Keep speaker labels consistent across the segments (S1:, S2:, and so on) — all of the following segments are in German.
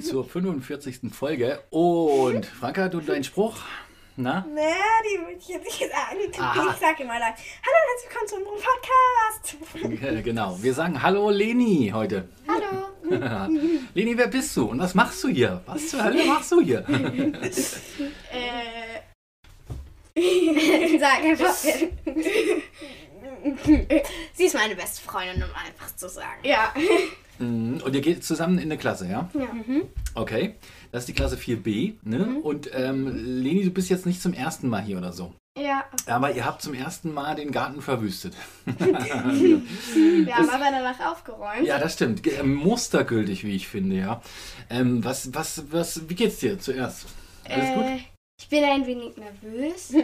S1: zur 45. Folge. Und Franka, du deinen Spruch? Na?
S2: Na, die würde ich jetzt nicht sagen. Die tut
S1: Aha.
S2: mir- Ich sag immer dann, hallo und herzlich willkommen zu unserem Podcast.
S1: Äh, Genau. Wir sagen Hallo Leni heute.
S2: Hallo.
S1: Leni, wer bist du? Und was machst du hier? Was zur Hölle machst du hier?
S2: Äh,
S3: Sag einfach. Sie ist meine beste Freundin, um einfach zu sagen. Hm.
S2: ja.
S1: Mhm, Und ihr geht zusammen in eine Klasse, ja?
S2: Ja. Mhm.
S1: Okay. Das ist die Klasse 4b. Ne? Und ähm, Leni, du bist jetzt nicht zum ersten Mal hier oder so.
S2: Ja.
S1: Aber ihr habt zum ersten Mal den Garten verwüstet.
S2: Wir haben aber danach aufgeräumt.
S1: Ja, das stimmt. Ge- ähm, Mustergültig, wie ich finde, ja. Ähm, was, was, was, wie geht's dir zuerst? Alles gut?
S4: Äh, ich bin ein wenig nervös.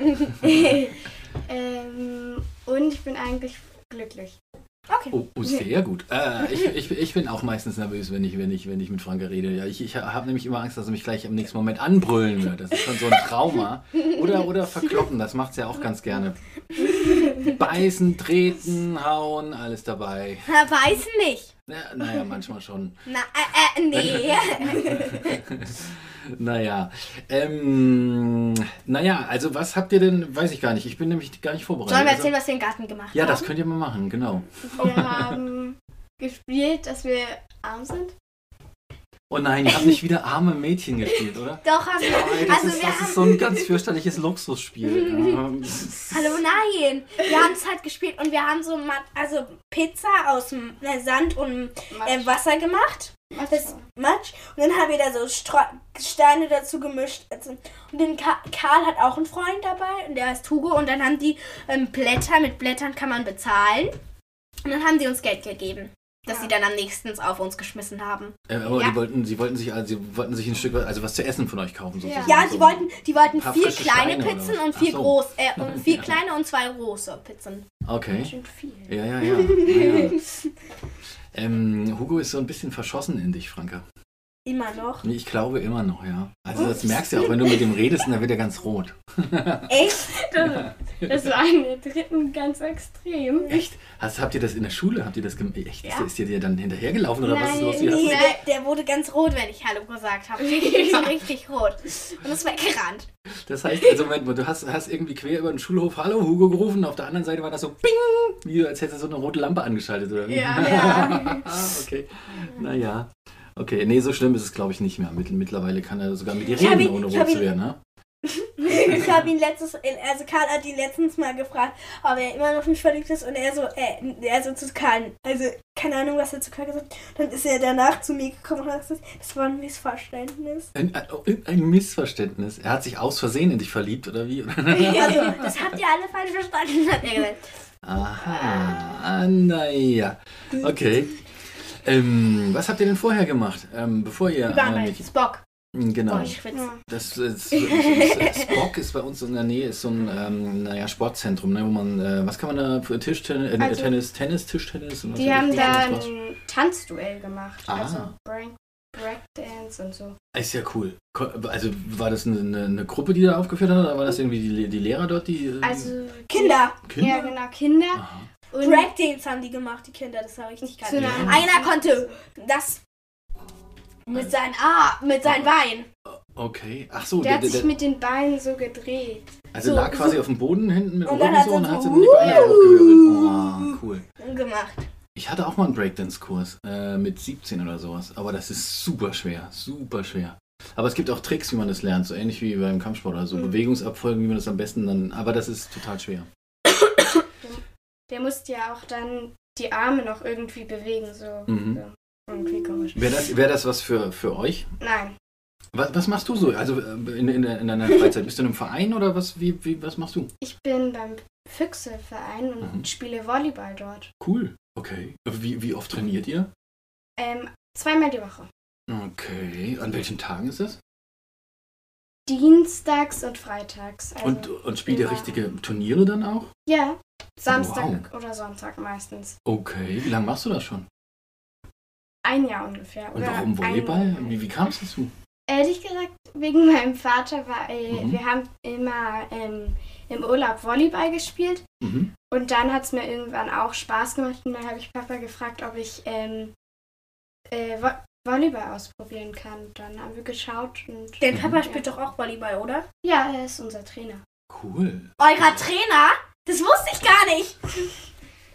S4: ähm, und ich bin eigentlich glücklich.
S1: Oh, oh sehr gut. Äh, ich, ich, ich bin auch meistens nervös, wenn ich, wenn ich, wenn ich mit Franka rede. Ja, ich ich habe nämlich immer Angst, dass er mich gleich im nächsten Moment anbrüllen wird. Das ist schon so ein Trauma. Oder, oder verkloppen, das macht's ja auch ganz gerne. Beißen, treten, hauen, alles dabei.
S3: Na, weiß nicht.
S1: Na, naja, manchmal schon.
S3: Na, äh, äh, nee.
S1: Naja. Ähm, naja, also was habt ihr denn, weiß ich gar nicht. Ich bin nämlich gar nicht vorbereitet.
S3: Sollen wir
S1: Also-
S3: erzählen, was wir im Garten gemacht
S1: Ja,
S3: haben?
S1: das könnt ihr mal machen, genau.
S4: Wir haben gespielt, dass wir arm sind.
S1: Oh nein, ihr habt nicht wieder arme Mädchen gespielt, oder? Oh,
S3: Doch, haben wir.
S1: Ey, das,
S3: Also
S1: ist, das
S3: wir
S1: ist
S3: haben- Also,
S1: so ein ganz fürchterliches Luxusspiel. Ähm,
S3: Hallo, nein. Wir haben es halt gespielt und wir haben so mat- also Pizza aus dem, äh, Sand und äh, Wasser gemacht. Das Matsch. Und dann haben wir da so Stro Steine dazu gemischt. Also, und den Ka Karl hat auch einen Freund dabei und der heißt Hugo. Und dann haben die ähm, Blätter, mit Blättern kann man bezahlen. Und dann haben sie uns Geld gegeben, das sie dann am nächsten auf uns geschmissen haben.
S1: äh, aber
S3: Ja.
S1: die wollten, sie wollten sich, also, sie wollten sich ein Stück, also was zu essen von euch kaufen sozusagen.
S4: Ja,
S3: Ja, die wollten, die wollten
S1: paar
S3: vier
S1: frische
S3: kleine
S1: Steine oder
S3: Pizzen
S1: was?
S3: und
S1: Ach
S3: vier
S1: so.
S3: groß, äh, und vier
S1: Ja.
S3: kleine und zwei große Pizzen.
S1: Okay.
S4: Schon viel.
S1: Ja, ja, ja. ja. ähm, Hugo ist so ein bisschen verschossen in dich, Franka.
S3: Immer noch.
S1: Ich glaube immer noch, ja. Also
S3: Oh,
S1: das merkst du ja auch, wenn du mit ihm redest und dann wird er ganz rot.
S3: Echt?
S4: Das, das war in der dritten ganz extrem.
S1: Echt? Hast, habt ihr das in der Schule? Habt ihr das gemacht? Echt? Ist,
S4: Ja.
S1: ist dir der dann hinterhergelaufen oder was ist
S4: Nein,
S1: los? Wie hast
S3: Nee,
S1: du-
S3: der, der wurde ganz rot, wenn ich Hallo gesagt habe. Richtig, richtig rot. Und ist weggerannt.
S1: Das heißt, also Moment mal, du hast, hast irgendwie quer über den Schulhof Hallo Hugo gerufen, auf der anderen Seite war das so Bing, wie als hättest du so eine rote Lampe angeschaltet oder wie?
S4: Ja,
S1: ja. okay. Naja. Okay, nee, so schlimm ist es glaube ich nicht mehr. Mittel- Mittlerweile kann er sogar mit dir
S3: Ich hab
S1: reden,
S3: ihn-
S1: ohne
S3: ich
S1: rot
S3: hab
S1: zu
S3: ihn-
S1: werden, ne?
S3: Ich habe ihn letztes, also Karl hat ihn letztens mal gefragt, ob er immer noch nicht verliebt ist und er so, äh, er so zu Karl, also keine Ahnung, was er zu Karl gesagt hat. Dann ist er danach zu mir gekommen und hat gesagt, das war ein Missverständnis.
S1: Ein, ein, ein Missverständnis. Er hat sich aus Versehen in dich verliebt, oder wie?
S3: Also, das habt ihr alle falsch verstanden, hat er gesagt.
S1: Aha. Naja. Okay. Ähm, was habt ihr denn vorher gemacht, ähm, bevor ihr...
S3: Überall,
S1: äh,
S3: Spock.
S1: genau.
S3: Oh, ich schwitze.
S1: Das ist, ist, Spock ist bei uns in der Nähe ist so ein ähm, naja, Sportzentrum, ne, wo man äh, was kann man da für Tischtennis, äh,
S4: Also-
S1: Tennis, Tennis, Tischtennis und was
S4: Die
S1: weiß
S4: haben
S1: ich,
S4: da
S1: was war's?
S4: ein Tanzduell gemacht.
S1: Ah.
S4: Also Break, Breakdance und so.
S1: ist ja cool. Ko- Also war das eine, eine, eine Gruppe, die da aufgeführt hat, oder war das irgendwie die, die Lehrer dort, die äh,
S4: Also
S3: Kinder,
S1: Kinder? Ah.
S4: Ja, genau, Kinder.
S1: Aha.
S4: Und
S3: Breakdance haben die gemacht, die Kinder, das war richtig geil.
S4: zu einer
S1: Ja.
S3: Einer konnte das mit seinen ah, mit seinen Beinen.
S1: Okay. Ach so,
S4: Der
S1: Oh, der,
S4: hat
S1: der,
S4: sich
S1: der,
S4: mit den Beinen so gedreht.
S1: also
S3: so-
S1: lag quasi auf dem Boden hinten mit dem
S3: Und dann
S1: Rücken
S3: hat
S1: so
S3: er
S1: und
S3: so,
S1: hat so mit den Beinen hochgehügelt. Oh, cool.
S3: gemacht.
S1: Ich hatte auch mal einen Breakdance-Kurs äh, mit 17 oder sowas, aber das ist super schwer, super schwer. Aber es gibt auch Tricks, wie man das lernt, so ähnlich wie beim Kampfsport oder so.
S3: Mhm.
S1: Bewegungsabfolgen, wie man das am besten dann. Aber das ist total schwer.
S4: Der musste ja auch dann die Arme noch irgendwie bewegen, so.
S1: Mhm.
S4: Irgendwie komisch.
S1: Wäre das, wär das was für, für euch?
S4: Nein,
S1: Was, was machst du so? Also äh, in, in, in deiner Freizeit? Bist du in einem Verein oder was, wie, wie, was machst du?
S4: ich bin beim Füchseverein und
S1: Mhm.
S4: spiele Volleyball dort.
S1: Cool. Okay. Wie, wie oft trainiert ihr?
S4: Ähm, zweimal die Woche.
S1: Okay. An welchen Tagen ist das?
S4: Dienstags und freitags. Also,
S1: Und, und spielt ihr
S4: ja.
S1: richtige Turniere dann auch?
S4: ja, Samstag oder Sonntag meistens.
S1: Okay. Wie lange machst du das schon?
S4: Ein Jahr ungefähr.
S1: Und
S4: oder
S1: warum
S4: ein-
S1: Volleyball? Wie, wie kam es dazu?
S4: Ehrlich gesagt, wegen meinem Vater, weil
S1: Mhm.
S4: wir haben immer ähm, im Urlaub Volleyball gespielt.
S1: Mhm.
S4: Und dann hat es mir irgendwann auch Spaß gemacht und dann habe ich Papa gefragt, ob ich ähm, äh, Vo- Volleyball ausprobieren kann. Dann haben wir geschaut und.
S3: Dein Papa
S1: Mhm.
S3: spielt doch auch Volleyball, oder?
S4: Ja, er ist unser Trainer.
S1: Cool.
S3: Eurer Trainer? Das wusste ich gar nicht.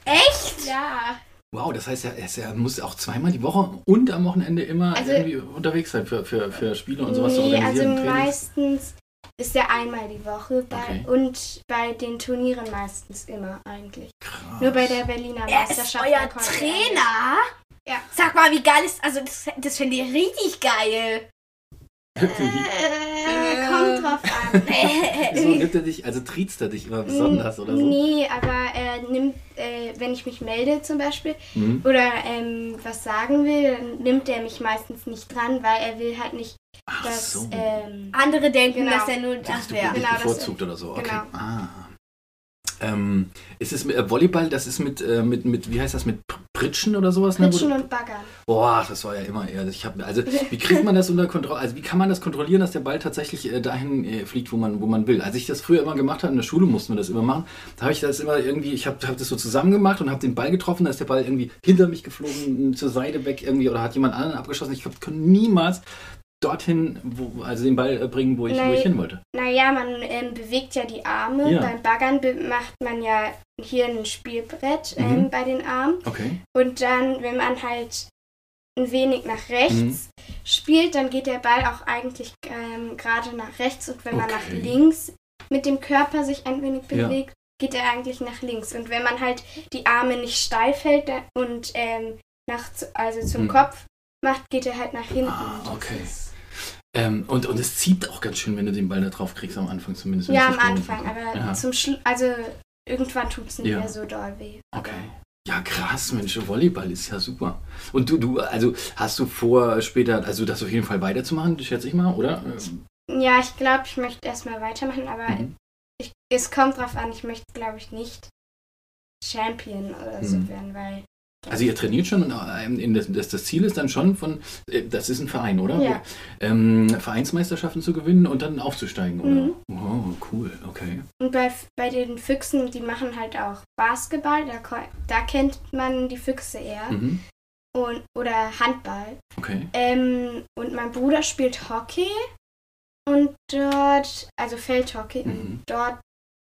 S3: Echt?
S4: Ja.
S1: Wow, das heißt, er, er, ist- er muss auch zweimal die Woche und am Wochenende immer
S4: Also-
S1: irgendwie unterwegs sein für, für, für Spiele und sowas zu
S4: nee, also
S1: organisieren. Trainings.
S4: meistens ist er einmal die Woche bei,
S1: Okay.
S4: und bei den Turnieren meistens immer eigentlich.
S1: Krass.
S4: Nur bei der Berliner
S3: Er ist
S4: Meisterschaft. da
S3: euer
S4: konnte er nicht.
S3: Trainer?
S4: Ja.
S3: Sag mal, wie geil ist. Also, das, das finde ich richtig geil.
S4: Äh, kommt drauf an.
S1: Wieso nimmt er dich, also triezt er dich immer besonders oder so?
S4: Äh, Mm, Nee, aber er nimmt, äh, wenn ich mich melde zum Beispiel
S1: Mhm.
S4: oder ähm, was sagen will, dann nimmt er mich meistens nicht dran, weil er will halt nicht,
S1: Ach
S4: dass.
S1: so.
S4: Ähm,
S3: Andere denken,
S4: Genau.
S3: dass er nur
S1: Dass
S3: das
S1: du
S3: wäre.
S1: dich
S4: Genau, das-
S1: bevorzugt oder so. Okay.
S4: genau.
S1: Ah. Ähm, ist es mit äh, Volleyball, das ist mit, äh, mit, mit, wie heißt das, mit Pr- Pritschen oder sowas? ne, wo du-
S4: Pitchen und Baggern.
S1: Boah, das war ja immer eher. Ich hab, also, wie kriegt man das unter Kontrolle? Also, wie kann man das kontrollieren, dass der Ball tatsächlich äh, dahin äh, fliegt, wo man, wo man will? Als ich das früher immer gemacht habe, in der Schule mussten wir das immer machen, da habe ich das immer irgendwie, ich habe hab das so zusammen gemacht und habe den Ball getroffen, da ist der Ball irgendwie hinter mich geflogen, zur Seite weg irgendwie oder hat jemand anderen abgeschossen. Ich kann niemals dorthin, wo, also den Ball äh, bringen, wo ich, wo
S4: Nein.
S1: ich hin wollte.
S4: Naja, man ähm, bewegt ja die Arme.
S1: Ja.
S4: Beim Baggern be macht man ja hier ein Spielbrett ähm,
S1: Mhm.
S4: bei den Armen.
S1: Okay.
S4: Und dann, wenn man halt ein wenig nach rechts
S1: Mhm.
S4: spielt, dann geht der Ball auch eigentlich ähm, gerade nach rechts. Und wenn man nach
S1: Okay.
S4: links mit dem Körper sich ein wenig
S1: Ja.
S4: bewegt, geht er eigentlich nach links. Und wenn man halt die Arme nicht steif hält da- und ähm, nach, zu- also zum
S1: Mhm.
S4: Kopf macht, geht er halt nach hinten.
S1: Ah,
S4: Und das
S1: okay.
S4: ist-
S1: Ähm, und, und es zieht auch ganz schön, wenn du den Ball da drauf kriegst, am Anfang zumindest. wenn
S4: Ja,
S1: es
S4: am
S1: nicht gewohnt
S4: Anfang,
S1: ist.
S4: aber
S1: Ja.
S4: zum Schluss, also irgendwann tut es nicht
S1: Ja.
S4: mehr so doll weh.
S1: Okay. Ja, krass, Mensch, Volleyball ist ja super. Und du, du, also hast du vor, später, also das auf jeden Fall weiterzumachen, schätze ich mal, oder? Ähm,
S4: Ja, ich glaube, ich möchte erstmal weitermachen, aber
S1: Mhm.
S4: ich, es kommt drauf an, ich möchte, glaube ich, nicht Champion oder so
S1: Mhm.
S4: werden, weil.
S1: Also ihr trainiert schon und ähm, in das, das, das Ziel ist dann schon von, äh, das ist ein Verein, oder?
S4: Ja.
S1: Ähm, Vereinsmeisterschaften zu gewinnen und dann aufzusteigen, oder?
S4: Mhm.
S1: Wow, cool, okay.
S4: Und bei, bei den Füchsen, die machen halt auch Basketball, da, ko- da kennt man die Füchse eher.
S1: Mhm.
S4: Und, oder Handball.
S1: Okay.
S4: Ähm, und mein Bruder spielt Hockey. Und dort, also Feldhockey,
S1: Mhm.
S4: dort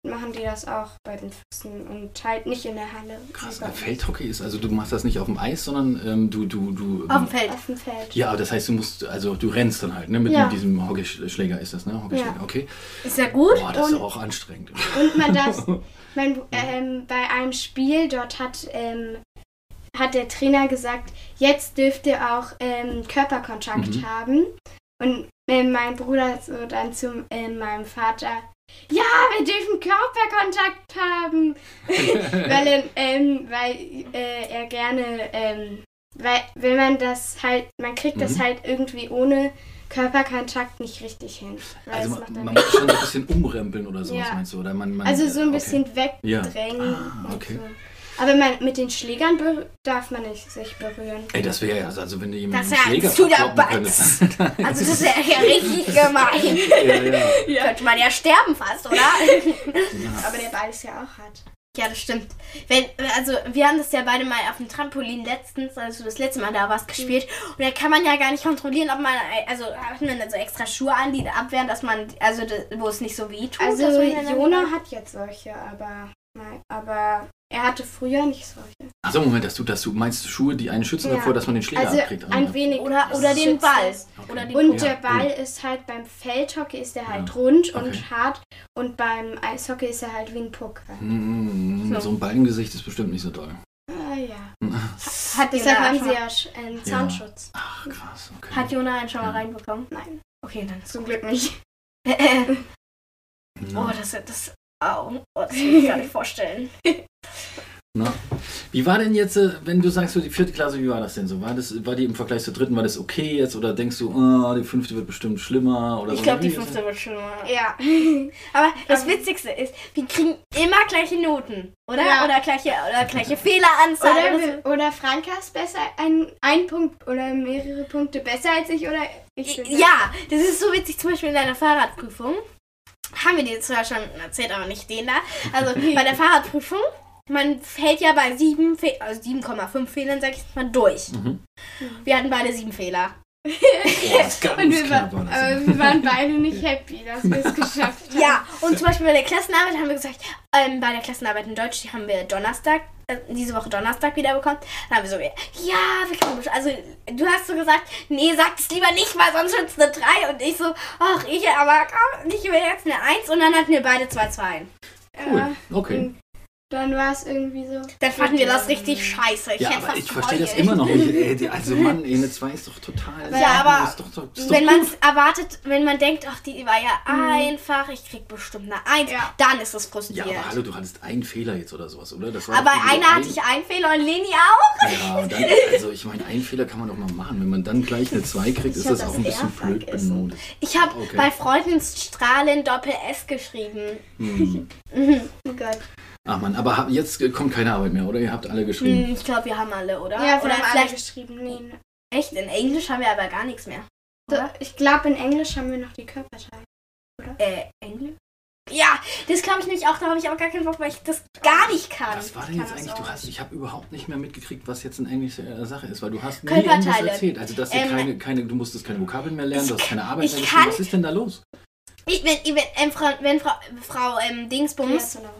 S4: machen die das auch bei den Füchsen und halt nicht in der Halle.
S1: Krass.
S4: aber
S1: Feldhockey ist, also du machst das nicht auf dem Eis, sondern ähm, du, du, du.
S3: Auf dem Feld.
S4: Auf dem Feld.
S1: ja, aber das heißt, du musst, also du rennst dann halt, ne? Mit,
S4: Ja.
S1: mit diesem Hockeyschläger ist das, ne? Hockeyschläger, okay.
S3: Ist ja gut?
S1: Boah, das ist
S4: Und-
S1: aber auch anstrengend.
S4: Und man darf, mein, ähm, bei einem Spiel dort hat, ähm, hat der Trainer gesagt, jetzt dürft ihr auch ähm, Körperkontakt
S1: Mhm.
S4: haben. Und ähm, mein Bruder so dann zu ähm, meinem Vater, ja, wir dürfen Körperkontakt haben, weil, er, ähm, weil äh, er gerne, ähm, weil wenn man das halt, man kriegt das
S1: Mhm.
S4: halt irgendwie ohne Körperkontakt nicht richtig hin. Weil
S1: Also
S4: das
S1: man,
S4: macht dann-
S1: man muss schon so ein bisschen umrempeln oder sowas,
S4: Ja.
S1: meinst du? Oder man, man,
S4: also so ein
S1: okay.
S4: bisschen weg
S1: Ja.
S4: drängen.
S1: Ah,
S4: und
S1: okay.
S4: so. Aber man, mit den Schlägern be- darf man nicht sich berühren.
S1: Ey, das wäre ja, also wenn du jemanden
S3: Das wär-
S1: Schläger
S3: zu der
S1: verkloppen
S3: Batz.
S1: könntest.
S3: Also, das ist ja, ja richtig gemein.
S1: ja, ja.
S3: Könnte man ja sterben fast, oder?
S4: Aber der Ball ist ja auch hart.
S3: Ja, das stimmt. Wenn, also wir haben das ja beide mal auf dem Trampolin letztens, also das letzte Mal da was gespielt. Und da kann man ja gar nicht kontrollieren, ob man, also hat man dann so extra Schuhe an, die abwehren, dass man, also das- wo es nicht so weh tut.
S4: Also
S3: dass man dann-
S4: Jona hat jetzt solche, aber, nein, aber er hatte früher nicht solche.
S1: Achso, Also Moment, dass du, dass du meinst Schuhe, die einen schützen
S4: Ja.
S1: davor, dass man den Schläger
S4: Also
S1: abkriegt. Ah,
S4: ein wenig.
S3: Oder, oder den
S4: schützt
S3: Ball.
S4: es.
S1: Okay.
S3: Oder den
S4: Und
S1: Ja,
S4: der Ball ist halt beim Feldhockey ist er halt
S1: Ja.
S4: rund
S1: Okay.
S4: und hart und beim Eishockey ist er halt wie ein Puck.
S1: Mm,
S3: So.
S1: So ein Ball im Gesicht ist bestimmt nicht so toll.
S4: Ah ja.
S3: Hat
S4: Deshalb
S3: Jona,
S4: haben
S3: schon
S4: sie
S3: mal,
S4: ja sch- einen
S1: Ja.
S4: Zahnschutz.
S1: Ach, krass, okay.
S3: hat Jona einen schon mal reinbekommen?
S4: Nein,
S3: Okay, dann.
S4: zum Glück nicht.
S3: Oh,
S4: Oh,
S1: Na,
S3: das ist das. Au, oh, das kann ich gar nicht vorstellen.
S1: na. Wie war denn jetzt, äh, wenn du sagst, so die vierte Klasse, wie war das denn so? War, das, war die im Vergleich zur dritten, war das okay jetzt? Oder denkst du, ah, die fünfte wird bestimmt schlimmer? Oder
S3: Ich
S1: so?
S3: glaube,
S1: Wie
S3: die
S1: ist halt das?
S3: fünfte wird schon mal.
S4: Ja.
S3: Aber das
S4: Aber-
S3: Witzigste ist, wir kriegen immer gleiche Noten, oder?
S4: Ja.
S3: Oder gleiche, oder gleiche Fehleranzahl.
S4: Oder,
S3: oder so.
S4: wir- oder Franka ist besser, ein, ein Punkt oder mehrere Punkte besser als ich oder ich bin
S3: Ja, das ist so witzig, zum Beispiel in deiner Fahrradprüfung. Haben wir dir zwar schon erzählt, aber nicht den da. Also bei der Fahrradprüfung man fällt ja bei 7, Fe also 7,5 Fehlern, sag ich jetzt mal, durch.
S1: Mhm.
S3: Wir hatten beide sieben Fehler.
S1: Boah, das ist ganz
S4: Und wir,
S1: knapp
S4: war,
S1: war das.
S4: aber wir waren beide nicht happy, dass wir es geschafft haben.
S3: Ja, und zum Beispiel bei der Klassenarbeit haben wir gesagt, ähm, bei der Klassenarbeit in Deutsch, die haben wir Donnerstag, äh, diese Woche Donnerstag wieder bekommen. Dann haben wir so, ja, wir können, besch- also du hast so gesagt, nee, sag es lieber nicht, weil sonst wird's eine 3. Und ich so, ach, ich aber komm, ich will jetzt eine 1 und dann hatten wir beide zwei Zweien.
S1: Cool, okay.
S4: Dann war es irgendwie so.
S3: Dann fanden wir das richtig scheiße. Ich
S1: Ja,
S3: hätte
S1: aber
S3: fast
S1: ich verstehe das
S3: geheult.
S1: immer noch nicht. Ey, die- Also Mann, ey, eine 2 ist doch total...
S3: Ja, aber
S1: Ist doch, doch, ist doch
S3: Wenn man es erwartet, wenn man denkt, ach, die war ja einfach, ich krieg bestimmt eine 1,
S4: Ja.
S3: dann ist es
S1: ja,
S3: frustrierend.
S1: aber hallo, du hattest einen Fehler jetzt oder sowas, oder? Das war
S3: aber
S1: doch irgendwie
S3: einer hatte
S1: ein-
S3: ich einen Fehler und Leni auch.
S1: Ja, und dann, also ich meine, einen Fehler kann man doch mal machen. Wenn man dann gleich eine 2 kriegt, ist
S2: hab
S1: das
S2: das
S1: auch ein bisschen
S2: eher
S1: blöd
S2: vergessen.
S1: benotet.
S3: Ich habe
S1: Okay.
S3: bei Freundensstrahlen Doppel S geschrieben. Mhm.
S1: Hm.
S4: Oh Gott.
S1: Ach man, aber hab- jetzt kommt keine Arbeit mehr, oder? Ihr habt alle geschrieben.
S3: Hm, ich glaube, wir haben alle, oder?
S4: Ja, wir
S3: oder
S4: haben alle
S3: vielleicht
S4: geschrieben. Nee, ne.
S3: echt in Englisch haben wir aber gar nichts mehr.
S4: so, ich glaube, in Englisch haben wir noch die Körperteile.
S3: Äh, Englisch? Ja, das glaube ich nämlich auch, da habe ich auch gar keinen Bock, weil ich das gar nicht kann.
S1: Was war denn
S3: Ich
S1: jetzt
S3: kann das
S1: eigentlich? Du
S3: auch.
S1: hast, ich habe überhaupt nicht mehr mitgekriegt, was jetzt in Englisch äh, Sache ist, weil du hast nie
S3: Körperteile.
S1: irgendwas erzählt. Also dass dir
S3: Ähm,
S1: keine, keine, du musstest keine Vokabeln mehr lernen, du hast keine Arbeit
S3: ich
S1: mehr
S3: kann-
S1: geschrieben. Was ist denn da los?
S3: Ich, wenn, ich, wenn, ähm, Frau, wenn Frau, Frau ähm, Dingsbums.
S4: genau.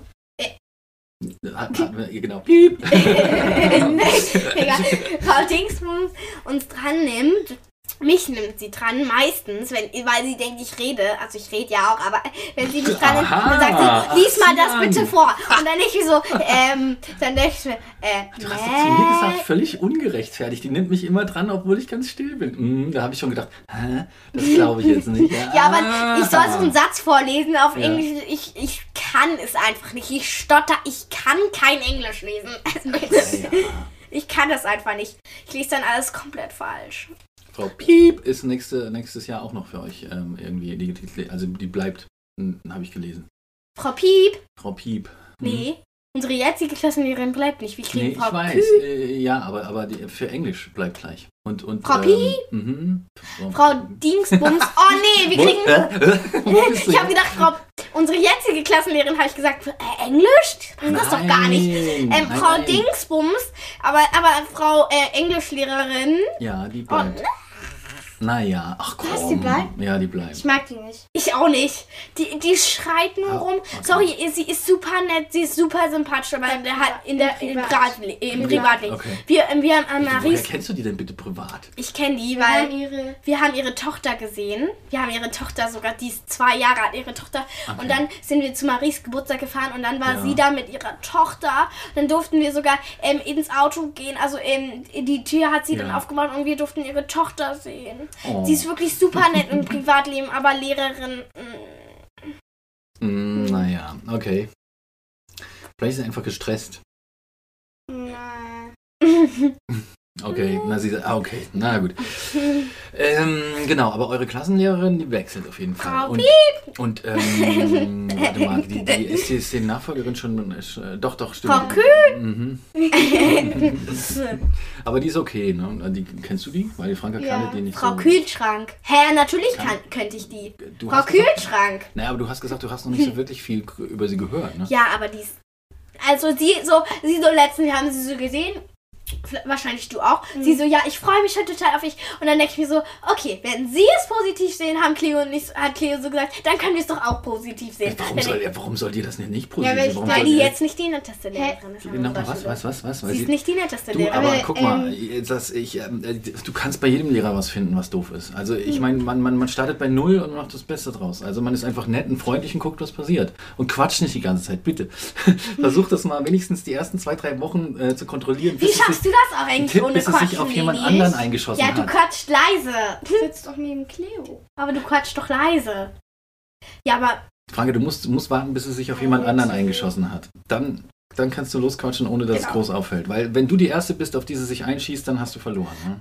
S1: Hat, hat, genau. Piep.
S3: Egal. Frau Dingsbums uns dran nimmt. Mich nimmt sie dran meistens, wenn, weil sie denkt, ich rede. Also ich rede ja auch, aber wenn sie mich dran nimmt, dann sagt
S1: Aha.
S3: sie, lies mal das
S1: Ah. Ach,
S3: bitte
S1: Mann.
S3: vor. Und dann ich so, ähm, dann denke ich mir, äh,
S1: Du hast das zu mir
S3: nee.
S1: gesagt, völlig ungerechtfertigt. Die nimmt mich immer dran, obwohl ich ganz still bin. Mm, da habe ich schon gedacht, hä? Das glaube ich jetzt nicht. Ah.
S3: Ja, aber ich soll so einen Satz vorlesen auf
S1: Ja.
S3: Englisch. Ich, ich kann es einfach nicht. Ich stotter. Ich kann kein Englisch lesen. Also,
S1: Ja,
S3: ich kann das einfach nicht. Ich lese dann alles komplett falsch.
S1: Frau Piep ist nächste, nächstes Jahr auch noch für euch ähm, irgendwie. Die, die, also die bleibt, hm, habe ich gelesen.
S3: Frau Piep.
S1: Frau Piep. Hm.
S3: Nee. Unsere jetzige Klassenlehrerin bleibt nicht. Wir kriegen
S1: Nee, ich
S3: Frau
S1: weiß.
S3: Kühl.
S1: Äh, ja, aber, aber die, für Englisch bleibt gleich. Und, und, ähm,
S3: Frau
S1: mhm.
S3: Frau Dingsbums. Oh nee, wir
S1: Wo-
S3: kriegen.
S1: Äh? Wo bist du
S3: Ich habe
S1: jetzt?
S3: gedacht, Frau. Unsere jetzige Klassenlehrerin habe ich gesagt, äh, Englisch? Das passt doch gar nicht.
S1: Nein,
S3: Ähm,
S1: nein,
S3: Frau
S1: nein.
S3: Dingsbums, aber, aber Frau äh, Englischlehrerin,
S1: Ja, die bleibt. Naja, ach komm.
S4: die bleibt?
S1: Ja, die bleibt.
S4: Ich mag die nicht.
S3: Ich auch nicht. Die, die schreit nur
S1: Ah,
S3: rum.
S1: okay.
S3: Sorry, ihr- sie ist super nett, sie ist super sympathisch, aber in der, hat- in der, im,
S4: Privat.
S3: Privatle im
S1: Privat,
S3: Privatleben.
S1: okay.
S3: Wir, ähm, wir haben
S1: Woher
S3: Maries,
S1: kennst du die denn bitte privat?
S3: ich kenne die,
S4: Wir haben
S3: weil
S4: ihre.
S3: wir haben ihre Tochter gesehen. Wir haben ihre Tochter sogar, die ist zwei Jahre alt, ihre Tochter.
S1: Okay.
S3: Und dann sind wir zu Maries Geburtstag gefahren und dann war
S1: Ja.
S3: sie da mit ihrer Tochter. Dann durften wir sogar ähm, ins Auto gehen. Also ähm, die Tür hat sie dann
S1: Ja.
S3: aufgemacht und wir durften ihre Tochter sehen.
S1: Oh.
S3: Sie ist wirklich super nett im Privatleben, aber Lehrerin. mm.
S1: Mm, naja, okay. Vielleicht ist sie einfach gestresst.
S4: Na,
S3: mm.
S1: Okay, na sie ah, okay, na gut. Ähm, genau, aber eure Klassenlehrerin, die wechselt auf jeden Fall.
S3: Frau
S1: und und ähm, warte mal, die, die ist, die- ist die Nachfolgerin schon, ist, äh, doch, doch, stimmt.
S3: Frau
S1: Mhm. Aber die ist okay, ne? Die, kennst du die? Weil die Franka
S4: Ja.
S1: kannte die nicht
S3: Frau
S1: so.
S3: Kühlschrank. Hä, natürlich
S1: Kann-
S3: kann, könnte ich die.
S1: Du
S3: Frau Hm.
S1: hast gesagt-
S3: Kühlschrank.
S1: Naja, aber du hast gesagt, du hast noch nicht so wirklich viel über sie gehört, ne?
S3: Ja, aber die ist. Also sie so, sie so letztens, wir haben sie so gesehen. Fla- Wahrscheinlich du auch. Sie so, ja, ich freue mich schon total auf dich. Und dann denke ich mir so, okay, wenn sie es positiv sehen, haben Cleo und ich, hat Cleo so gesagt, dann können wir es doch auch positiv sehen.
S1: Warum
S3: Dann-
S1: soll, ihr- warum soll dir das denn nicht
S4: Ja,
S1: positiv
S4: weil ich-
S1: warum
S3: weil
S1: soll
S3: die
S1: ihr-
S3: jetzt nicht die netteste Lehrerin ist. an
S1: Nochmal,
S3: unserer
S1: was,
S3: Schule.
S1: was, was, was? Weil
S3: Sie ist nicht die netteste
S1: Du,
S3: Lehrerin.
S1: aber
S4: Aber,
S1: guck mal, das, ich, ähm, äh, du kannst bei jedem Lehrer was finden, was doof ist. Also
S3: Hm.
S1: ich meine, man, man, man startet bei Null und macht das Beste draus. Also man ist einfach nett und freundlich und guckt, was passiert. Und quatscht nicht die ganze Zeit, bitte. Versuch das mal wenigstens die ersten zwei, drei Wochen äh, zu kontrollieren.
S3: Wie schaffst du das auch eigentlich
S1: Tipp,
S3: ohne
S1: bis es sich
S3: Quatschen,
S1: auf jemand
S3: Leni?
S1: anderen eingeschossen
S3: Ja, du
S1: hat.
S3: quatscht leise.
S4: du sitzt doch neben Cleo.
S3: Aber du quatschst doch leise. Ja, aber
S1: Frage, du musst, musst warten, bis es sich auf
S3: Oh,
S1: jemand anderen eingeschossen hat. Dann, dann kannst du losquatschen, ohne dass es
S4: Genau.
S1: groß auffällt. Weil wenn du die Erste bist, auf die sie sich einschießt, dann hast du verloren. Ne?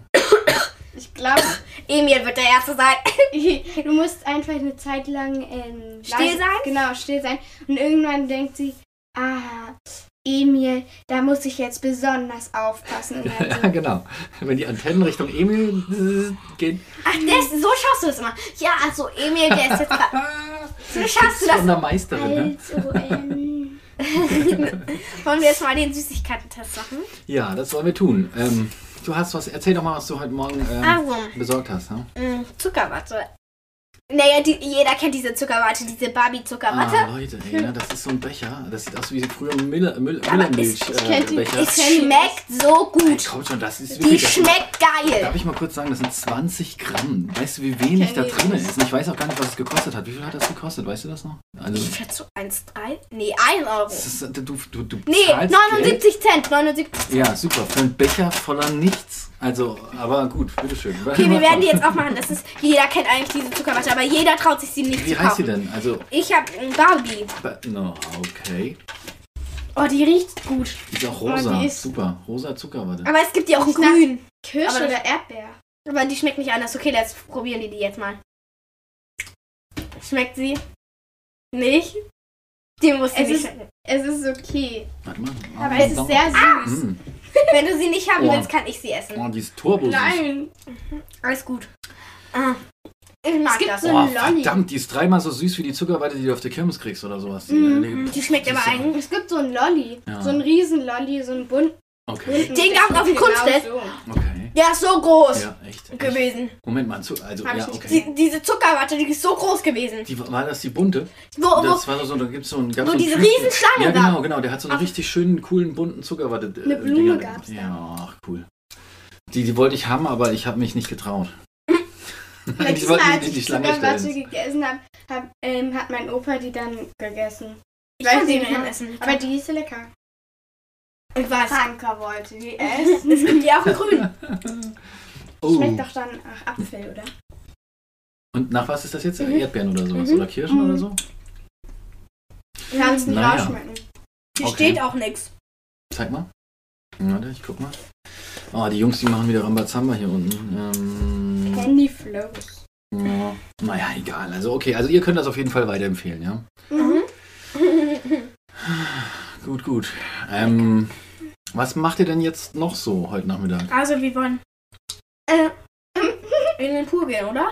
S4: Ich glaube,
S3: Emil wird der Erste sein.
S4: du musst einfach eine Zeit lang ähm,
S3: Still
S4: leise-
S3: sein?
S4: Genau, still sein. Und irgendwann denkt sie, ah, Emil, da muss ich jetzt besonders aufpassen. Also, Und dann
S3: Hm.
S1: Ja, genau. Wenn die Antennen Richtung Emil gehen,
S3: Ach, der ist, so schaffst du das immer. Ja, also Emil, der ist jetzt grad-
S1: ah,
S3: So schaffst du
S1: von
S3: das.
S1: der Meisterin. Ne?
S4: so, also, ähm,
S3: Wollen wir jetzt mal den Süßigkeiten-Test machen?
S1: Ja, das sollen wir tun. Ähm, du hast was, erzähl doch mal, was du heute Morgen ähm,
S3: Also,
S1: besorgt hast. Ne?
S3: mh, Zuckerwatte. Naja, die, jeder kennt diese Zuckerwatte, diese Barbie-Zuckerwatte.
S1: Ah, Leute, ey, ne, das ist so ein Becher. Das sieht aus wie früher Müller, Müller,
S3: Aber
S1: Müllermilch.
S3: ich-
S1: Äh,
S3: ich
S4: kenn die-
S1: Becher.
S4: ich
S3: Es
S4: kenn die
S3: schmeckt so
S1: Ey,
S3: gut.
S1: komm schon, das ist
S3: Die
S1: wirklich. das sind-
S3: schmeckt
S1: Darf
S3: geil.
S1: ich mal kurz sagen, das sind 20 Gramm. Weißt du, wie wenig
S4: Kenn
S1: da
S4: die
S1: drin
S4: nicht.
S1: ist? Und ich weiß auch gar nicht, was es gekostet hat. Wie viel hat das gekostet? Weißt du das noch? Also,
S3: Ich schätze so 1,3? Nee, 1 Euro.
S1: das ist, du, du, du
S3: Nee,
S1: zahlst Geld.
S3: 79 Cent. 79.
S1: Ja, super. Für einen Becher voller nichts. Also, aber gut, bitteschön.
S3: Okay, wir werden die jetzt aufmachen. Das ist, jeder kennt eigentlich diese Zuckerwatte, aber jeder traut sich sie nicht
S1: Wie
S3: zu
S1: heißt die
S3: kaufen.
S1: denn? Also,
S3: Ich habe Barbie.
S1: ba- no, okay.
S3: Oh, die riecht gut.
S1: Die ist auch rosa.
S4: Oh, die ist- Ah.
S1: super. Rosa Zuckerwatte.
S3: Aber es gibt die auch in
S4: Ich dachte-
S3: grün.
S4: Kirsch
S3: Aber das-
S4: oder Erdbeer?
S3: Aber die schmeckt nicht anders. Okay, jetzt probieren die die jetzt mal. Schmeckt sie? Nicht? Die muss sie
S4: Es
S3: nicht
S4: ist-
S3: schmecken.
S4: Es ist okay.
S1: Warte mal. Ah,
S4: Aber es ist sehr süß.
S1: Mm.
S3: Wenn du sie nicht haben
S1: Oh.
S3: willst, kann ich sie essen.
S1: Oh, die ist turbo süß.
S4: Nein.
S3: Alles gut. Ah. Ich mag
S4: Es gibt
S3: das.
S4: so-
S1: Oh,
S4: Lolli.
S1: verdammt, die ist dreimal so süß wie die Zuckerwatte, die du auf der Kirmes kriegst oder sowas. äh,
S4: Mhm.
S3: Mm, die schmeckt aber
S1: Das ist ja-
S3: eigentlich.
S4: Es gibt so einen Lolli.
S1: Ja.
S4: So einen Riesen-Lolli, so einen bunten. Genau
S1: Okay,
S3: Den gab's auf dem Kunstfest.
S4: So.
S1: okay.
S3: Der ist so groß
S1: Ja, echt. echt.
S3: gewesen.
S1: Moment mal, zu, also,
S4: Hab ich
S1: ja,
S4: nicht
S1: okay.
S3: Die, diese Zuckerwatte, die ist so groß gewesen.
S1: Die, war das die bunte?
S3: Wo,
S4: Oh,
S3: wo,
S1: Das war so, da gibt's so einen, gab's
S3: wo
S1: so einen
S3: diese
S1: Typen-
S3: Riesenschlange
S1: Ja,
S3: war.
S1: genau, genau. Der hat so einen
S3: Ach.
S1: richtig schönen, coolen, bunten Zuckerwatte. äh,
S4: Eine Blume
S1: Dinger.
S4: gab's da.
S1: Ja, ach, cool. Die, die wollte ich haben, aber ich habe mich nicht getraut. ich
S4: Letztes Mal,
S1: wollte
S4: als
S1: nicht in die
S4: ich
S1: Schlange
S4: Zuckerwatte
S1: stellen.
S4: gegessen habe, hab, ähm, hat mein Opa die dann gegessen.
S3: Ich kann
S4: Weiß
S3: sie
S4: ich
S3: nicht
S4: nicht.
S3: essen.
S4: Aber die ist lecker.
S3: ich weiß.
S4: Franka wollte die essen.
S3: Es gibt die auch in grün.
S1: Oh.
S4: Schmeckt doch dann nach Apfel, oder?
S1: Und nach was ist das jetzt?
S3: Mhm.
S1: Erdbeeren oder sowas?
S3: Mhm.
S1: Oder Kirschen oder so?
S4: Kannst nicht
S1: Naja.
S4: rausschmecken.
S3: Hier
S1: Okay.
S3: steht auch nichts.
S1: Zeig mal. Warte, ich guck mal. Oh, die Jungs, die machen wieder Rambazamba hier unten. Ähm,
S4: Candy Flows.
S1: ja. Naja, egal. Also okay, also ihr könnt das auf jeden Fall weiterempfehlen, ja?
S4: Mhm.
S3: Mhm.
S1: Gut, gut. Ähm, was macht ihr denn jetzt noch so heute Nachmittag?
S3: Also, wir wollen äh, in den Pool gehen, oder?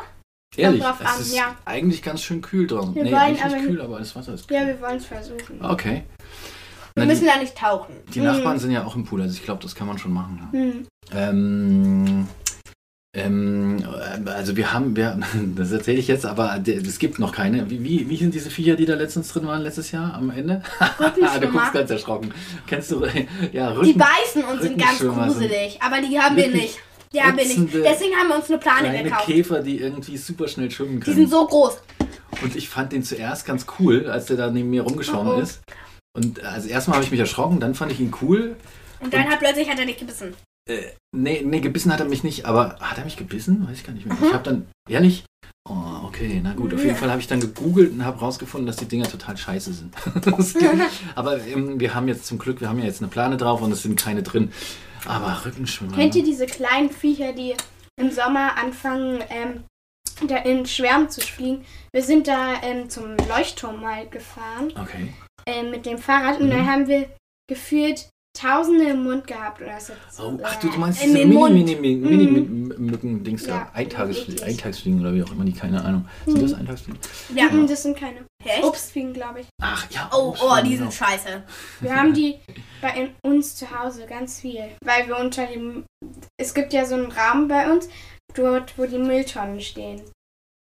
S1: Ehrlich,
S4: drauf
S1: es
S4: an,
S1: ist
S4: ja.
S1: eigentlich ganz schön kühl draußen.
S4: Wir
S1: nee,
S4: wollen
S1: eigentlich
S4: aber-
S1: nicht kühl, aber das Wasser ist kühl. Ah,
S4: Ja, wir wollen es versuchen.
S1: Okay. Na,
S3: Wir müssen
S1: die,
S3: da nicht tauchen.
S1: die
S4: Mhm.
S1: Nachbarn sind ja auch im Pool, also ich glaube, das kann man schon machen. Ja.
S4: Hm.
S1: Ähm, ähm, also wir haben, wir, das erzähle ich jetzt, aber de- es gibt noch keine. Wie, wie, wie sind diese Viecher, die da letztens drin waren, letztes Jahr am Ende? Ah, du guckst
S3: Rückenschwimmer.
S1: ganz erschrocken. Kennst du, ja,
S3: Die
S1: Rücken,
S3: beißen und sind ganz
S1: Rückenschwimmer sind
S3: gruselig. Aber die haben wir
S1: wirklich
S3: nicht. Die haben wir nicht.
S1: ätzende,
S3: Deswegen haben wir uns eine Plane
S1: kleine
S3: gekauft.
S1: Käfer, die irgendwie super schnell schwimmen
S3: Die sind
S1: können.
S3: so groß.
S1: Und ich fand den zuerst ganz cool, als der da neben mir rumgeschwommen
S4: Oh, oh.
S1: ist. Und also erstmal habe ich mich erschrocken, dann fand ich ihn cool.
S3: Und dann hat plötzlich hat er dich gebissen.
S1: Äh, nee, nee, gebissen hat er mich nicht, aber hat er mich gebissen? Weiß ich gar nicht mehr.
S3: Mhm.
S1: Ich habe dann, ehrlich? Oh, okay, na gut. Auf jeden Fall habe ich dann gegoogelt und habe rausgefunden, dass die Dinger total scheiße sind. Das geht nicht. aber ähm, wir haben jetzt zum Glück, wir haben ja jetzt eine Plane drauf und es sind keine drin. Aber Rückenschwimmer.
S4: Kennt ihr
S1: ne?
S4: diese kleinen Viecher, die im Sommer anfangen, ähm, da in Schwärmen zu fliegen? Wir sind da ähm, zum Leuchtturm mal gefahren
S1: Okay.
S4: ähm, mit dem Fahrrad und dann
S1: Mhm.
S4: haben wir gefühlt Tausende im Mund gehabt. Oder so.
S1: Oh, ach, du, du meinst
S3: In
S1: diese
S3: den Mund. Mhm.
S1: Mini-Mini-Mini-Mücken-Dings
S4: Ja,
S1: da. Eintagesfliegen,
S4: eklig.
S1: Eintagsfliegen oder wie auch immer, die, keine Ahnung. Sind das Eintagsfliegen?
S3: Ja.
S1: Hm.
S4: Mhm, das sind keine.
S3: Echt?
S4: Obstfliegen, glaube ich.
S1: Ach ja.
S3: Oh, oh,
S1: Obstfliegen,
S3: die
S1: genau.
S3: sind scheiße.
S4: Wir haben die bei in- uns zu Hause ganz viel, weil wir unter dem. Es gibt ja so einen Rahmen bei uns, dort, wo die Mülltonnen stehen.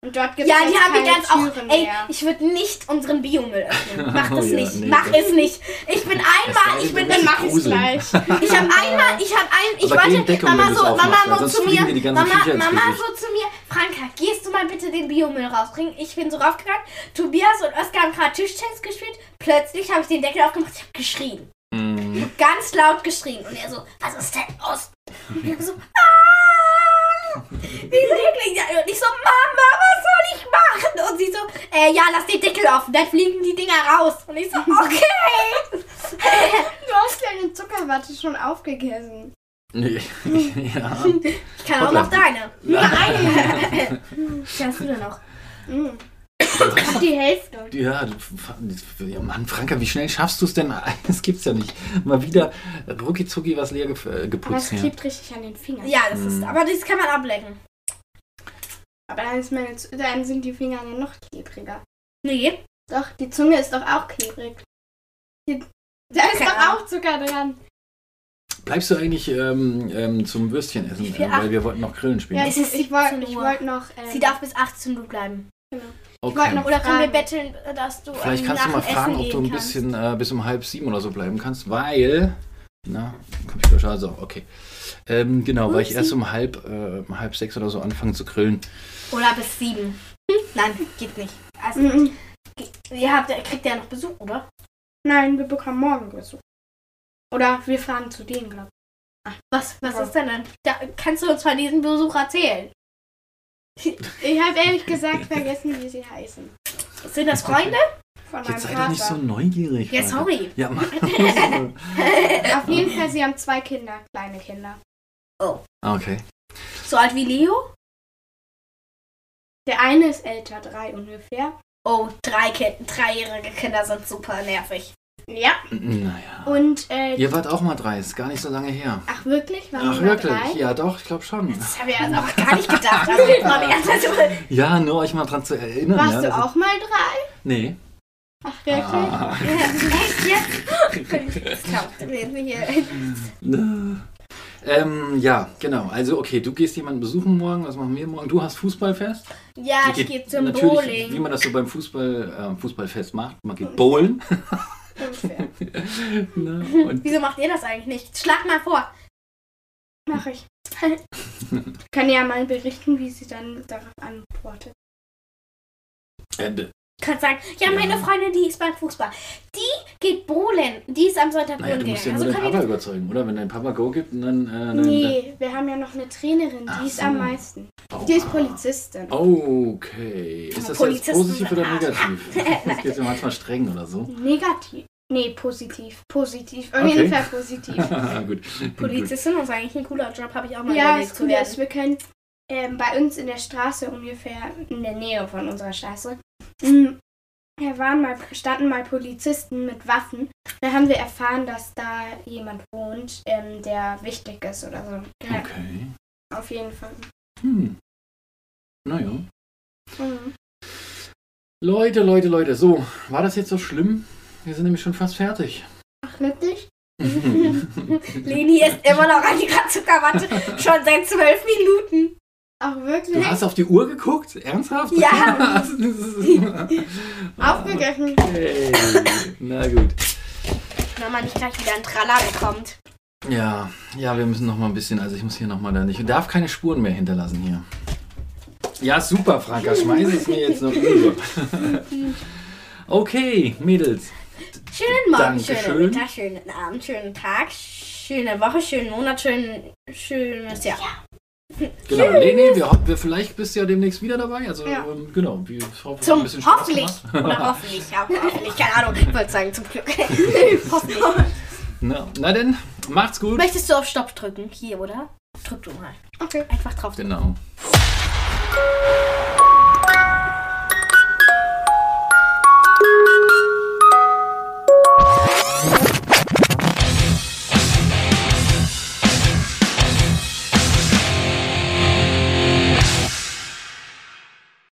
S4: Und dort gibt es
S3: ja, die haben wir
S4: keine
S3: ganz auch.
S4: Türen
S3: Ey,
S4: mehr.
S3: ich würde nicht unseren Biomüll öffnen. Mach das
S1: Oh ja,
S3: nicht.
S1: nee,
S3: Mach
S1: das-
S3: es nicht. Ich bin einmal, ich bin
S1: Das
S4: Dann
S1: ist
S4: mach ich's
S1: gruselig.
S4: gleich.
S3: Ich habe einmal, ich habe ein, ich
S1: Aber gegen
S3: wollte,
S1: Deckung, wenn
S3: Mama
S1: du's
S3: so,
S1: aufmachst,
S3: Mama
S1: weil
S3: so
S1: sonst
S3: zu mir,
S1: fliegen dir die ganzen
S3: Mama,
S1: Viecher ins
S3: Mama
S1: Gesicht.
S3: so zu mir, Franka, gehst du mal bitte den Biomüll rausbringen? Ich bin so raufgegangen, Tobias und Oskar haben gerade Tischtennis gespielt, plötzlich habe ich den Deckel aufgemacht, ich habe geschrien,
S1: Mm.
S3: ganz laut geschrien und er so, was ist denn aus? Und ich hab so, ah, wie eklig. Und ich so, Mama, was soll ich machen? Und sie so, äh, ja, lass den Deckel offen, dann fliegen die Dinger raus. Und ich so, okay.
S4: Du hast deine Zuckerwatte schon aufgegessen.
S1: Nee.
S3: Mhm.
S1: ja.
S3: Ich kann auch noch deine. Nein. Kannst du denn noch?
S4: Mm. Ab die Hälfte.
S1: Ja, du- ja, Mann, Franka, wie schnell schaffst du es denn? Das gibt's ja nicht. Mal wieder ruckizucki was leer gef- äh,
S4: Aber es
S1: geputzt. Ja.
S4: klebt richtig an den Fingern.
S3: Ja, das ist. Aber das kann man ablecken.
S4: Aber dann, ist meine, Z- dann sind die Finger ja noch klebriger.
S3: Nee.
S4: Doch, die Zunge ist doch auch klebrig. Da ist
S3: Keine
S4: doch auch Zucker dran.
S1: Bleibst du eigentlich ähm, ähm, zum Würstchen essen?
S3: Wie viel
S1: Äh, weil wir wollten noch Grillen spielen.
S4: Ja,
S3: Es
S4: ich,
S3: ist
S4: ich wollte
S3: 17
S4: ich
S3: Uhr.
S4: wollt noch. Ähm,
S3: Sie darf bis 18 Uhr bleiben.
S1: okay.
S4: noch-
S3: Oder können wir
S4: Fragen.
S3: betteln, dass du
S1: Vielleicht
S3: ähm,
S1: kannst du
S3: nach
S1: mal
S3: dem
S1: fragen,
S3: Essen
S1: ob du ein
S3: gehen kannst.
S1: bisschen äh, bis um halb sieben oder so bleiben kannst, weil. Na, Computer, also, okay. Ähm, genau, weil ich erst um halb, äh, um halb sechs oder so anfange zu grillen.
S3: Oder bis 7. Nein, geht nicht. Also,
S4: Mhm.
S3: ihr habt, ja- kriegt ja noch Besuch, oder?
S4: Nein, wir bekommen morgen Besuch. Oder wir fahren zu denen, glaube
S3: Was, was
S4: Ja.
S3: ist denn dann? Da, kannst du uns von diesem Besuch erzählen?
S4: ich. Ich habe ehrlich gesagt vergessen, wie sie heißen.
S3: Sind das Freunde?
S4: Von meinem
S1: Jetzt sei doch nicht so
S4: Vater.
S1: neugierig.
S3: Ja,
S1: Leute.
S3: sorry.
S1: Ja, Mann.
S4: Auf jeden Fall, sie haben zwei Kinder, kleine Kinder.
S1: Ah, okay.
S3: So alt wie Leo?
S4: Der eine ist älter, drei ungefähr.
S3: Oh, drei Ki- dreijährige Kinder sind super nervig.
S4: Ja.
S1: Naja.
S4: Und, äh,
S1: Ihr wart auch mal drei, ist gar nicht so lange her.
S4: ach wirklich? Waren
S1: Ach,
S4: die mal
S1: wirklich?
S4: Drei?
S1: Ja, doch, ich glaube schon.
S3: Das habe ich also auch gar nicht gedacht. Also, jetzt mal im Ernst, also,
S1: Ja, nur euch mal dran zu erinnern.
S4: Warst
S1: ja,
S4: du
S1: das ist-
S4: auch mal drei?
S1: Nee.
S4: Ach, wirklich?
S1: Ah.
S3: echt jetzt? Das glaubt ihr mir jetzt nicht.
S1: Ähm, ja, genau. Also, okay, du gehst jemanden besuchen morgen. Was machen wir morgen? Du hast Fußballfest?
S3: Ja,
S1: Man
S3: Ah, ich
S1: geht
S3: gehe zum
S1: natürlich, Wie
S3: Bowling.
S1: man das so beim Fußball, äh, Fußballfest macht. Man geht bowlen.
S4: Ungefähr.
S1: ne? Und
S3: Wieso macht ihr das eigentlich nicht? Schlag mal vor.
S4: Mach ich. Ich kann ja mal berichten, wie sie dann darauf antwortet.
S1: Ende.
S3: Kannst sagen, ja, meine
S1: Ja.
S3: Freundin, die ist beim Fußball. Die geht bowlen. Die ist am Sonntag
S1: Naja,
S3: bowlen
S1: du musst ja
S3: gegangen.
S1: nur
S3: Also
S1: deinen
S3: können
S1: Papa
S3: wir
S1: überzeugen, oder? Wenn dein Papa Go gibt, und dann. Äh, dann
S4: Nee, wir haben ja noch eine Trainerin, die
S1: Ach
S4: ist
S1: so. Oh.
S4: am meisten.
S1: dann,
S4: Die ist Polizistin.
S1: Okay. Ist das jetzt
S3: Polizisten
S1: positiv
S3: sind
S1: oder
S3: hart.
S1: negativ? Das geht ja manchmal streng oder so.
S4: Negativ. Nee, positiv. Positiv. Auf
S1: Okay.
S4: jeden Fall positiv.
S1: Gut. Gut.
S3: Polizistin ist eigentlich ein cooler Job, habe ich auch Um mal
S4: ja,
S3: überlegt
S4: das
S3: zu
S4: Coole
S3: werden.
S4: ist, wir können ähm, bei uns in der Straße ungefähr, in der Nähe von unserer Straße, m, da waren mal, standen mal Polizisten mit Waffen. Da haben wir erfahren, dass da jemand wohnt, ähm, der wichtig ist oder so. Ja,
S1: Okay.
S4: auf jeden Fall.
S1: Hm. Naja.
S4: Mhm.
S1: Leute, Leute, Leute. So, war das jetzt so schlimm? Wir sind nämlich schon fast fertig.
S4: Ach, wirklich?
S3: Leni ist immer noch an die Zuckerwatte, schon seit zwölf Minuten.
S4: Auch
S1: Du
S4: wirklich?
S1: hast auf die Uhr geguckt? Ernsthaft?
S3: Ja.
S1: Das ist-
S4: Aufgegessen.
S1: Okay. Na gut.
S3: Wenn man nicht gleich wieder ein Tralla bekommt.
S1: Ja, ja, wir müssen noch mal ein bisschen, also ich muss hier noch mal da nicht. Ich darf keine Spuren mehr hinterlassen hier. Ja, super, Franka, schmeiß es mir jetzt noch rüber. okay, Mädels.
S3: Schönen Morgen,
S1: Dankeschön.
S3: schönen Mittag, schönen Abend, schönen Tag, schöne Woche, schönen Monat, schönen, schönes Jahr.
S1: Genau, Leni, wir, hoffen- wir, vielleicht bist du ja demnächst wieder dabei. Also,
S4: Ja.
S1: ähm, genau, wir hoffen, es hat
S3: Zum
S1: ein bisschen Spaß
S3: hoffentlich.
S1: gemacht.
S3: Oder hoffentlich, ja, hoffentlich. Keine Ahnung. Ich wollte sagen, zum Glück. hoffentlich.
S1: Na, na denn, macht's gut.
S3: Möchtest du auf Stopp drücken? Hier, oder? Drück du mal.
S4: Okay.
S3: Einfach drauf drücken.
S1: Genau.